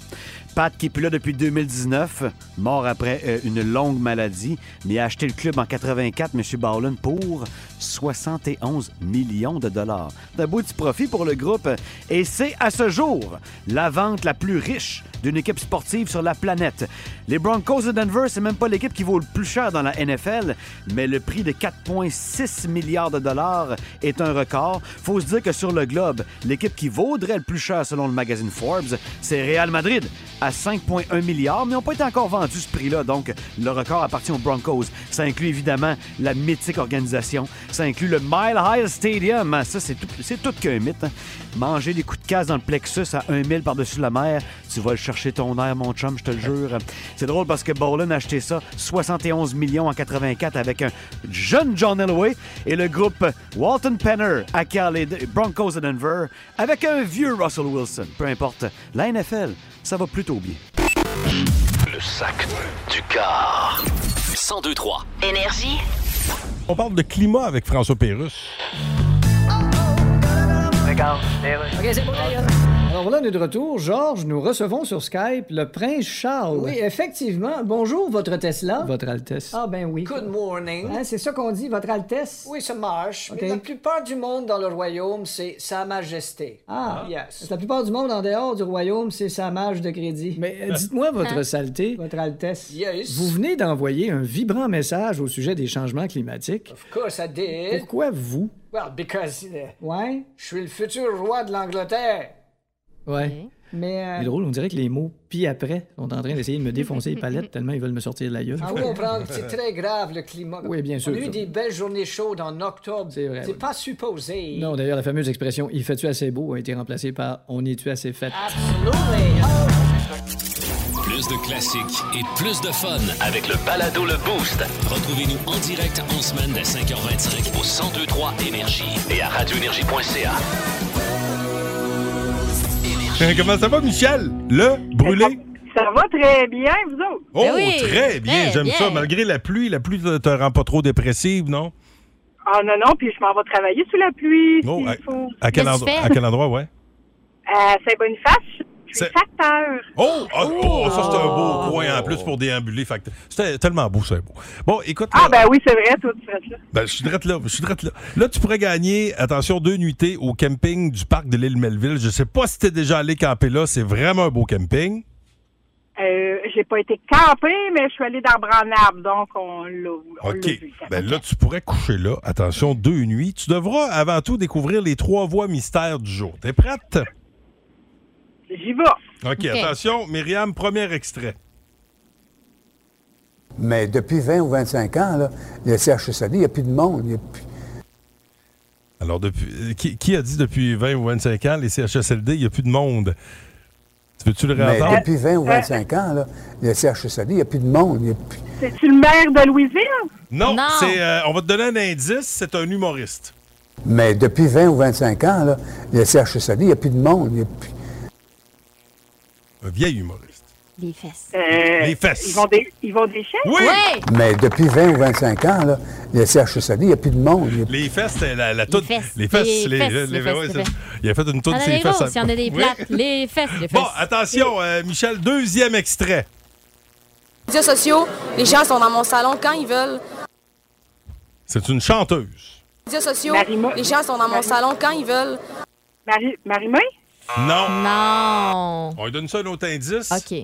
[SPEAKER 17] Pat qui est plus là depuis 2019, mort après euh, une longue maladie, mais a acheté le club en 84, M. Bowlen, pour 71 millions de dollars. C'est Un beau petit profit pour le groupe. euh, Et c'est à ce jour la vente la plus riche d'une équipe sportive sur la planète. Les Broncos de Denver, c'est même pas l'équipe qui vaut le plus cher dans la NFL, mais le prix de 4,6 milliards de dollars est un record. Faut se dire que sur le globe, l'équipe qui vaudrait le plus cher selon le magazine Forbes, c'est Real Madrid à 5,1 milliards, mais on peut être encore vendu ce prix-là, donc le record appartient aux Broncos. Ça inclut évidemment la mythique organisation, ça inclut le Mile High Stadium, Ah, ça c'est tout, c'est tout qu'un mythe. hein. Manger des coups de casse dans le plexus à 1 000 par-dessus la mer, tu vas le chercher ton air, mon chum, je te le jure. C'est drôle parce que Bowlen a acheté ça 71 millions en 84 avec un jeune John Elway et le groupe Walton Penner acquiert les Broncos de Denver avec un vieux Russell Wilson. Peu importe, la NFL, ça va plutôt bien.
[SPEAKER 8] Le sac du car. 102-3.
[SPEAKER 3] Énergie.
[SPEAKER 1] On parle de climat avec François Pérusse.
[SPEAKER 6] OK, c'est bon, d'ailleurs.
[SPEAKER 4] Alors voilà, on est de retour. Georges, nous recevons sur Skype le prince Charles.
[SPEAKER 6] Oui, effectivement. Bonjour, votre Tesla.
[SPEAKER 4] Votre Altesse.
[SPEAKER 6] Ah, ben oui. Good morning. c'est ça qu'on dit, votre Altesse?
[SPEAKER 5] Oui, ça marche.
[SPEAKER 6] Ok.
[SPEAKER 5] Mais la plupart du monde dans le royaume, c'est Sa Majesté.
[SPEAKER 6] Ah,
[SPEAKER 5] yes.
[SPEAKER 6] La plupart du monde en dehors du royaume, c'est sa mage de crédit.
[SPEAKER 4] Mais Euh,
[SPEAKER 7] Ah.
[SPEAKER 4] Dites-moi, votre saleté,
[SPEAKER 6] Hein? Votre Altesse.
[SPEAKER 5] Yes.
[SPEAKER 4] vous venez d'envoyer un vibrant message au sujet des changements climatiques.
[SPEAKER 5] Of course I did.
[SPEAKER 4] Pourquoi vous?
[SPEAKER 5] Well, because. euh, Je suis le futur roi de l'Angleterre.
[SPEAKER 4] Ouais.
[SPEAKER 6] Mais.
[SPEAKER 4] C'est drôle, on dirait que les mots pis après sont en train d'essayer de me défoncer les palettes tellement ils veulent me sortir de la gueule.
[SPEAKER 5] Ah oui, on prend. C'est très grave le climat.
[SPEAKER 4] Oui, bien sûr,
[SPEAKER 5] On a eu
[SPEAKER 4] ça.
[SPEAKER 5] des belles journées chaudes en octobre. C'est
[SPEAKER 4] vrai,
[SPEAKER 5] C'est
[SPEAKER 4] oui.
[SPEAKER 5] pas supposé.
[SPEAKER 4] Non, d'ailleurs, la fameuse expression Il fait-tu assez beau a été remplacée par On est-tu assez fait.
[SPEAKER 2] Plus de classiques et plus de fun.
[SPEAKER 8] Avec le balado Le Boost.
[SPEAKER 2] Retrouvez-nous en direct en semaine dès 5h25
[SPEAKER 8] Au 1023 Énergie et à radioénergie.ca.
[SPEAKER 1] Comment ça va, Michel? Le
[SPEAKER 14] Eh,
[SPEAKER 1] brûlé?
[SPEAKER 14] Ça va très bien, vous autres?
[SPEAKER 1] Oh,
[SPEAKER 7] Ben
[SPEAKER 1] très bien, j'aime ça. Malgré la pluie, la pluie te, te rend pas trop dépressive, non?
[SPEAKER 14] Ah non, non, puis je m'en vais travailler sous la pluie.
[SPEAKER 1] Oh,
[SPEAKER 14] s'il
[SPEAKER 1] à,
[SPEAKER 14] faut. Euh,
[SPEAKER 1] à quel endroit? À quel endroit, ouais?
[SPEAKER 14] À Saint-Boniface, je suis
[SPEAKER 1] C'est-
[SPEAKER 14] facteur.
[SPEAKER 1] Oh, ah, oh, ça c'est un beau coin en plus pour déambuler. Fait que C'était tellement beau, c'est beau. Bon, écoute, euh,
[SPEAKER 14] Ah
[SPEAKER 1] là,
[SPEAKER 14] ben oui, c'est vrai, toi, tu restes là.
[SPEAKER 1] ben, je suis drette là, je suis drette là. Là, tu pourrais gagner, attention, deux nuitées au camping du parc de l'île Melville. Je sais pas si t'es déjà allé camper là, c'est vraiment un beau camping.
[SPEAKER 14] Euh, j'ai pas été campée, mais je suis allée dans Branab, donc on l'a on l'a
[SPEAKER 1] OK.
[SPEAKER 14] vu.
[SPEAKER 1] Ben là, tu pourrais coucher là. Attention, deux nuits. Tu devras avant tout découvrir les trois voies mystères du jour. T'es prête?
[SPEAKER 14] J'y vais.
[SPEAKER 1] OK, attention. Myriam, premier extrait.
[SPEAKER 18] Mais depuis 20 ou 25 ans, là, le CHSLD, il n'y a plus de monde. il y a plus-
[SPEAKER 1] Alors, depuis, euh, qui, qui a dit depuis 20 ou 25 ans, les CHSLD, il n'y a plus de monde? Tu peux-tu le
[SPEAKER 18] Mais
[SPEAKER 1] réentendre?
[SPEAKER 18] depuis 20 ou 25 ans, là, le CHSLD, il n'y a plus de monde. il y a plus-
[SPEAKER 14] C'est-tu le maire de Louisville?
[SPEAKER 1] Non,
[SPEAKER 14] Non.
[SPEAKER 1] c'est, euh, on va te donner un indice, c'est un humoriste.
[SPEAKER 18] Mais depuis 20 ou 25 ans, là, le CHSLD, il n'y a plus de monde. il y a plus-
[SPEAKER 1] Un vieil humoriste.
[SPEAKER 7] Les fesses.
[SPEAKER 1] Les fesses.
[SPEAKER 14] Euh, Ils vont des, ils vont des chiens?
[SPEAKER 1] Oui!
[SPEAKER 18] Mais depuis 20 ou 25 ans, là, le CHSLD, il n'y a plus de monde. il y a plus-
[SPEAKER 1] Les fesses, c'est la, la toute.
[SPEAKER 7] fesses.
[SPEAKER 1] Les fesses.
[SPEAKER 7] Les fesses, les
[SPEAKER 1] les- les- ouais,
[SPEAKER 7] fesses,
[SPEAKER 1] c'est-
[SPEAKER 7] les fesses.
[SPEAKER 1] il a fait une
[SPEAKER 7] Il y
[SPEAKER 1] toute
[SPEAKER 7] en
[SPEAKER 1] de
[SPEAKER 7] a
[SPEAKER 1] ses
[SPEAKER 7] des
[SPEAKER 1] fesses. hein.
[SPEAKER 7] grosses, il y en a des
[SPEAKER 1] Oui.
[SPEAKER 7] plates. Les fesses, les fesses.
[SPEAKER 1] Bon, attention, euh, Michel, deuxième extrait.
[SPEAKER 19] médias sociaux, les gens sont dans mon salon quand ils veulent.
[SPEAKER 1] C'est une chanteuse.
[SPEAKER 19] Les médias sociaux, les gens sont dans mon salon quand ils veulent. Marie, Marie-May?
[SPEAKER 1] Non.
[SPEAKER 7] Non.
[SPEAKER 1] On lui donne ça un autre indice.
[SPEAKER 7] OK.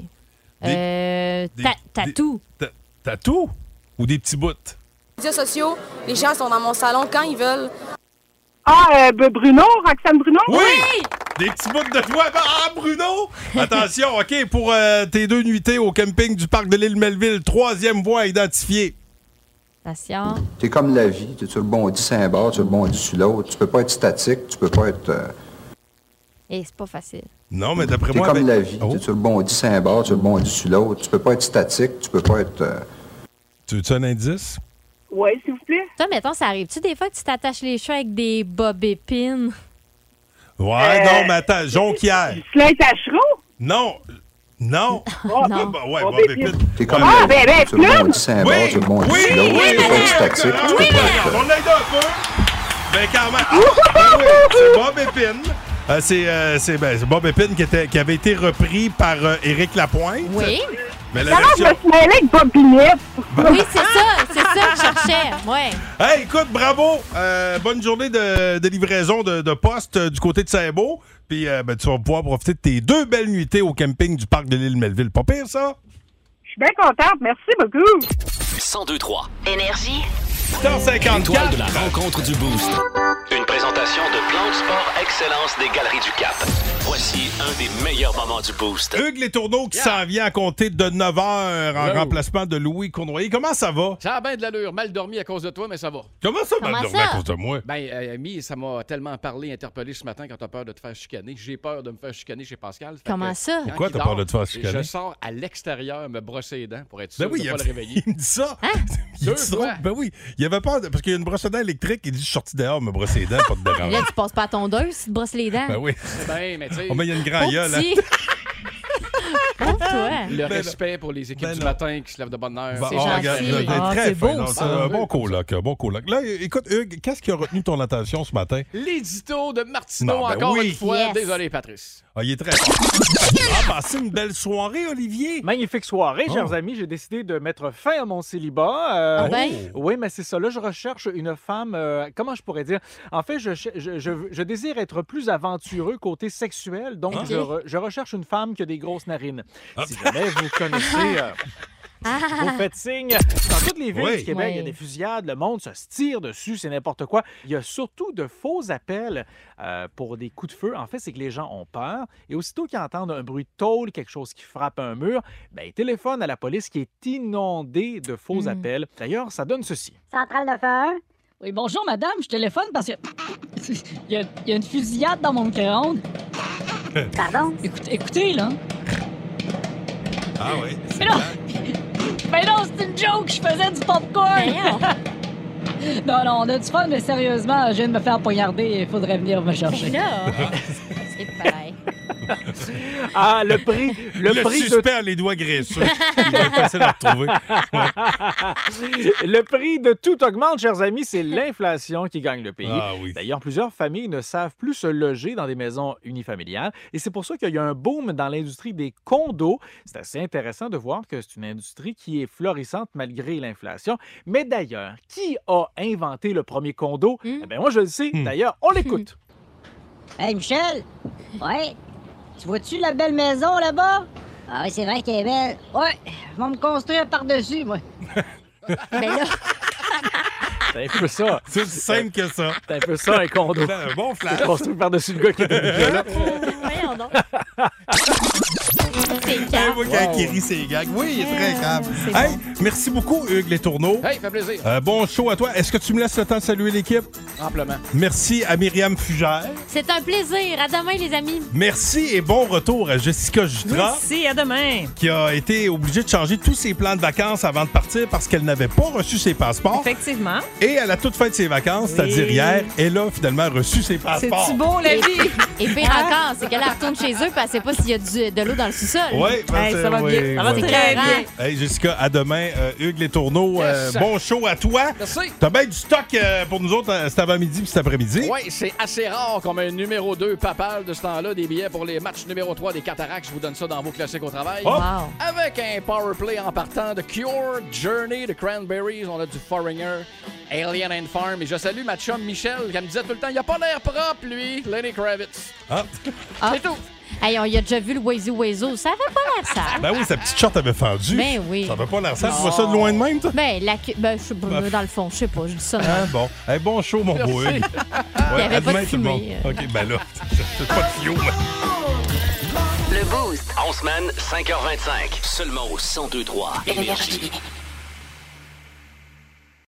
[SPEAKER 7] Euh,
[SPEAKER 1] des-
[SPEAKER 7] ta-
[SPEAKER 1] des-
[SPEAKER 7] tatou.
[SPEAKER 1] Ta- Tatou ou des petits bouts?
[SPEAKER 19] Les médias sociaux, les gens sont dans mon salon quand ils veulent.
[SPEAKER 14] Ah, euh, B- Bruno, Roxane Bruno?
[SPEAKER 1] Oui! Des petits bouts de toi. Ah, Bruno! Attention, OK, pour euh, tes deux nuitées au camping du parc de l'île Melville, troisième voie identifiée.
[SPEAKER 7] Station.
[SPEAKER 20] C'est comme la vie, tu tu rebondis sur un bord, tu rebondis sur l'autre, tu peux pas être statique, tu peux pas être... euh,
[SPEAKER 7] Et Eh, c'est pas facile.
[SPEAKER 1] Non, mais d'après
[SPEAKER 20] C'est
[SPEAKER 1] moi,
[SPEAKER 20] comme
[SPEAKER 1] avec- Oh.
[SPEAKER 20] la vie, tu tu rebondis sur un bord, tu rebondis sur l'autre, tu peux pas être statique, tu peux pas être... euh,
[SPEAKER 1] Tu veux-tu un indice?
[SPEAKER 7] Oui, s'il vous plaît. Toi, mettons, ça arrive-tu des fois que tu t'attaches les cheveux avec des bob épines?
[SPEAKER 1] Ouais,
[SPEAKER 7] Euh,
[SPEAKER 1] non, mais attends, jonquière.
[SPEAKER 14] Ghislain Tachereau?
[SPEAKER 1] Non. Non.
[SPEAKER 14] non.
[SPEAKER 1] bah, ouais,
[SPEAKER 14] Ah, Bon,
[SPEAKER 1] Bob
[SPEAKER 14] Pépite.
[SPEAKER 1] Pépite.
[SPEAKER 20] T'es comme
[SPEAKER 14] Ah,
[SPEAKER 20] la
[SPEAKER 14] ben, ben,
[SPEAKER 20] vie, tu
[SPEAKER 14] Plume!
[SPEAKER 20] rebondis sur un bord,
[SPEAKER 1] Oui,
[SPEAKER 20] tu rebondis
[SPEAKER 1] oui,
[SPEAKER 20] sur l'autre,
[SPEAKER 1] oui,
[SPEAKER 20] tu peux pas être
[SPEAKER 1] madame!
[SPEAKER 20] statique, tu
[SPEAKER 1] Oui,
[SPEAKER 20] peux pas être...
[SPEAKER 1] madame,
[SPEAKER 20] euh,
[SPEAKER 1] On l'aide un peu. Ben, quand même. Ah, oui, c'est Bob Épine. Euh, c'est, euh, c'est, ben, c'est Bob Épine qui, était- qui avait été repris par euh, Éric Lapointe.
[SPEAKER 7] Oui.
[SPEAKER 1] Mais la
[SPEAKER 14] Alors, je me
[SPEAKER 1] version-
[SPEAKER 14] suis mêlée avec Bob Binette.
[SPEAKER 7] Oui, c'est ça, c'est ça que je cherchais. Ouais.
[SPEAKER 1] Hey, écoute, bravo! Euh, bonne journée de, de livraison de, de poste euh, du côté de Saint-Beau. Puis euh, ben, tu vas pouvoir profiter de tes deux belles nuitées au camping du parc de l'île Melville. Pas pire, ça?
[SPEAKER 14] Je suis bien contente. Merci beaucoup.
[SPEAKER 8] 1023.
[SPEAKER 3] Énergie.
[SPEAKER 8] Étoile
[SPEAKER 1] 154.
[SPEAKER 8] de la rencontre du Boost. Une présentation de Plan de Sport Excellence des Galeries du Cap. Voici un des meilleurs moments du Boost.
[SPEAKER 1] Hugues Les Tourneaux qui s'en vient à compter de 9 heures en
[SPEAKER 21] Hello.
[SPEAKER 1] remplacement de Louis Cournoyer. Comment ça va?
[SPEAKER 21] Ça a bien de l'allure. Mal dormi à cause de toi, mais ça va.
[SPEAKER 1] Comment ça, mal Comment dormi ça? à cause de moi?
[SPEAKER 21] Ben, euh, Amy, ça m'a tellement parlé, interpellé ce matin quand t'as peur de te faire chicaner. J'ai peur de me faire chicaner chez Pascal. Fait
[SPEAKER 7] Comment
[SPEAKER 21] que,
[SPEAKER 7] ça?
[SPEAKER 21] quand
[SPEAKER 1] Pourquoi
[SPEAKER 21] il
[SPEAKER 1] t'as
[SPEAKER 21] dort,
[SPEAKER 1] peur de te faire chicaner?
[SPEAKER 21] Je sors à l'extérieur me brosser les dents pour être sûr
[SPEAKER 1] Ben oui,
[SPEAKER 21] de
[SPEAKER 1] il,
[SPEAKER 21] pas
[SPEAKER 1] a-
[SPEAKER 21] le réveiller.
[SPEAKER 1] il me dit ça. Il
[SPEAKER 21] Deux
[SPEAKER 1] dit ça.
[SPEAKER 21] fois.
[SPEAKER 1] Ben oui, il avait peur de- parce qu'il y a une brosse à dents électrique. Il dit Je suis sorti dehors, me brosser les dents pour te
[SPEAKER 7] Mais
[SPEAKER 1] déranger.
[SPEAKER 7] Là, tu passes pas à ton deux si tu te brosses les dents.
[SPEAKER 1] ben oui.
[SPEAKER 21] Ben, mais tu sais.
[SPEAKER 1] Oh, mais il y a une grande
[SPEAKER 21] Pauvre
[SPEAKER 1] gueule. hein.
[SPEAKER 7] Si. Pauvre toi.
[SPEAKER 21] Le
[SPEAKER 1] Ben
[SPEAKER 21] respect pour les équipes du matin qui se lèvent de bonne heure.
[SPEAKER 1] Bah, oh, regarde, il est
[SPEAKER 21] Ah,
[SPEAKER 1] très fin, non, c'est un bon coloc, un bon coloc. Là, écoute, Hugues, qu'est-ce qui a retenu ton attention ce matin?
[SPEAKER 21] L'édito de Martineau,
[SPEAKER 1] Non, ben
[SPEAKER 21] encore
[SPEAKER 1] oui.
[SPEAKER 21] une fois.
[SPEAKER 1] Yes.
[SPEAKER 21] Désolé, Patrice.
[SPEAKER 1] Ah, il est très fort. Ah, passé une belle soirée, Olivier.
[SPEAKER 21] Magnifique
[SPEAKER 1] soirée,
[SPEAKER 21] Oh.
[SPEAKER 1] Jean
[SPEAKER 21] chers
[SPEAKER 1] amis.
[SPEAKER 21] amis, j'ai décidé de mettre fin à mon célibat. Euh,
[SPEAKER 7] Ah ben?
[SPEAKER 21] Oui, mais c'est ça. Là, je recherche une femme. euh, comment je pourrais dire En fait, je, ch- je- je- je désire être plus aventureux côté sexuel, donc
[SPEAKER 7] Ok.
[SPEAKER 21] je, re- je recherche une femme qui a des grosses narines.
[SPEAKER 1] Ah.
[SPEAKER 21] Si jamais vous connaissez. euh, vous faites signe. Dans toutes les villes
[SPEAKER 22] Oui.
[SPEAKER 21] du Québec, il y a
[SPEAKER 22] Oui.
[SPEAKER 21] des fusillades, le monde se tire dessus, c'est n'importe quoi. Il y a surtout de faux appels euh, pour des coups de feu. En fait, c'est que les gens ont peur et aussitôt qu'ils entendent un bruit de tôle, quelque chose qui frappe un mur, ben, ils téléphonent à la police qui est inondée de faux appels. D'ailleurs, ça donne ceci.
[SPEAKER 12] Centrale de feu. Oui, bonjour, madame. Je téléphone parce que. Il y, a, il y a une fusillade dans mon micro-ondes. Pardon? Écoutez, écoutez, là.
[SPEAKER 1] Ah oui.
[SPEAKER 12] Mais non! Mais Ben non, c'est une joke! Je faisais du popcorn! non, non, on a du fun, mais sérieusement, je viens de me faire poignarder. Il faudrait venir me chercher.
[SPEAKER 7] C'est pareil.
[SPEAKER 21] Ah, le prix. Le,
[SPEAKER 1] Le
[SPEAKER 21] prix
[SPEAKER 1] suspect
[SPEAKER 21] de...
[SPEAKER 1] a les doigts graisseux. Il va être facile à retrouver.
[SPEAKER 21] le prix de tout augmente, chers amis. C'est l'inflation qui gagne le pays.
[SPEAKER 1] Ah oui.
[SPEAKER 21] D'ailleurs, plusieurs familles ne savent plus se loger dans des maisons unifamiliales. Et c'est pour ça qu'il y a un boom dans l'industrie des condos. C'est assez intéressant de voir que c'est une industrie qui est florissante malgré l'inflation. Mais d'ailleurs, qui a inventé le premier condo? Eh bien, moi, je le sais.
[SPEAKER 1] Hmm.
[SPEAKER 21] D'ailleurs, on l'écoute.
[SPEAKER 13] Hey, Michel! Ouais? Tu vois-tu la belle maison là-bas? Ah oui, c'est vrai qu'elle est belle. Ouais, ils vont me construire par-dessus, moi. Mais là,
[SPEAKER 21] C'est un peu ça.
[SPEAKER 1] C'est aussi simple que ça.
[SPEAKER 21] C'est un peu ça, un condo.
[SPEAKER 1] C'est un bon flash.
[SPEAKER 21] C'est construit par-dessus le gars qui était déjà là.
[SPEAKER 1] Eh, moi, quand il rit, c'est gag. Oui, il est très grave. Hey, merci beaucoup, Hugues Les Tourneaux.
[SPEAKER 21] Hey, fait plaisir.
[SPEAKER 1] Euh, bon show à toi. Est-ce que tu me laisses le temps de saluer l'équipe?
[SPEAKER 21] Amplement.
[SPEAKER 1] Merci à Myriam Fugère.
[SPEAKER 7] C'est un plaisir. À demain, les amis.
[SPEAKER 1] Merci et bon retour à Jessica Jutra.
[SPEAKER 9] Merci, à demain.
[SPEAKER 1] qui a été obligée de changer tous ses plans de vacances avant de partir parce qu'elle n'avait pas reçu ses passeports.
[SPEAKER 9] Effectivement.
[SPEAKER 1] Et à la toute fin de ses vacances, c'est-à-dire hier, elle a finalement reçu ses passeports.
[SPEAKER 9] C'est-tu beau, la
[SPEAKER 7] Et-
[SPEAKER 9] vie?
[SPEAKER 7] Et pire encore, c'est qu'elle elle retourne chez eux parce qu'elle sait pas s'il y a du- de l'eau dans le sous-sol.
[SPEAKER 1] Ouais, ben, c'est- ouais, ouais. Hey, Jessica, à demain. Euh, Hugues Les Tourneaux, euh,
[SPEAKER 21] Yes.
[SPEAKER 1] bon show à toi.
[SPEAKER 21] Merci.
[SPEAKER 1] T'as bien du stock euh, pour nous autres euh, cet avant-midi puis cet après-midi.
[SPEAKER 21] Oui, c'est assez rare comme un numéro 2 papal de ce temps-là, des billets pour les matchs numéro 3 des Cataractes. Je vous donne ça dans vos classiques au travail.
[SPEAKER 1] Oh. Wow.
[SPEAKER 21] Avec un power play en partant de Cure, Journey, de Cranberries, on a du Foreigner, Alien and Farm. Et je salue ma chum Michel qui me disait tout le temps il a pas l'air propre, lui, Lenny Kravitz.
[SPEAKER 7] C'est tout. Ah. Hey, on y a déjà vu le Wazy Wazo. Ça avait pas l'air sale.
[SPEAKER 1] Ben oui, sa petite short avait fendu.
[SPEAKER 7] Ben oui.
[SPEAKER 1] Ça avait pas l'air sale. Tu vois ça de loin de même, toi? Bah.
[SPEAKER 7] Ben, la cu- ben, je sais pas, dans le fond, je sais pas, je dis ça. de
[SPEAKER 1] Hein,
[SPEAKER 7] même.
[SPEAKER 1] bon. Eh, bon show, mon
[SPEAKER 7] Merci.
[SPEAKER 1] beau Hugues.
[SPEAKER 7] Ah. Il y avait
[SPEAKER 1] à
[SPEAKER 7] pas de
[SPEAKER 1] demain, tout le monde.
[SPEAKER 7] fumée, euh.
[SPEAKER 1] OK, ben là, c'est pas de fume.
[SPEAKER 8] Le Boost. En semaine, 5h25. Seulement au 102-3 Énergie.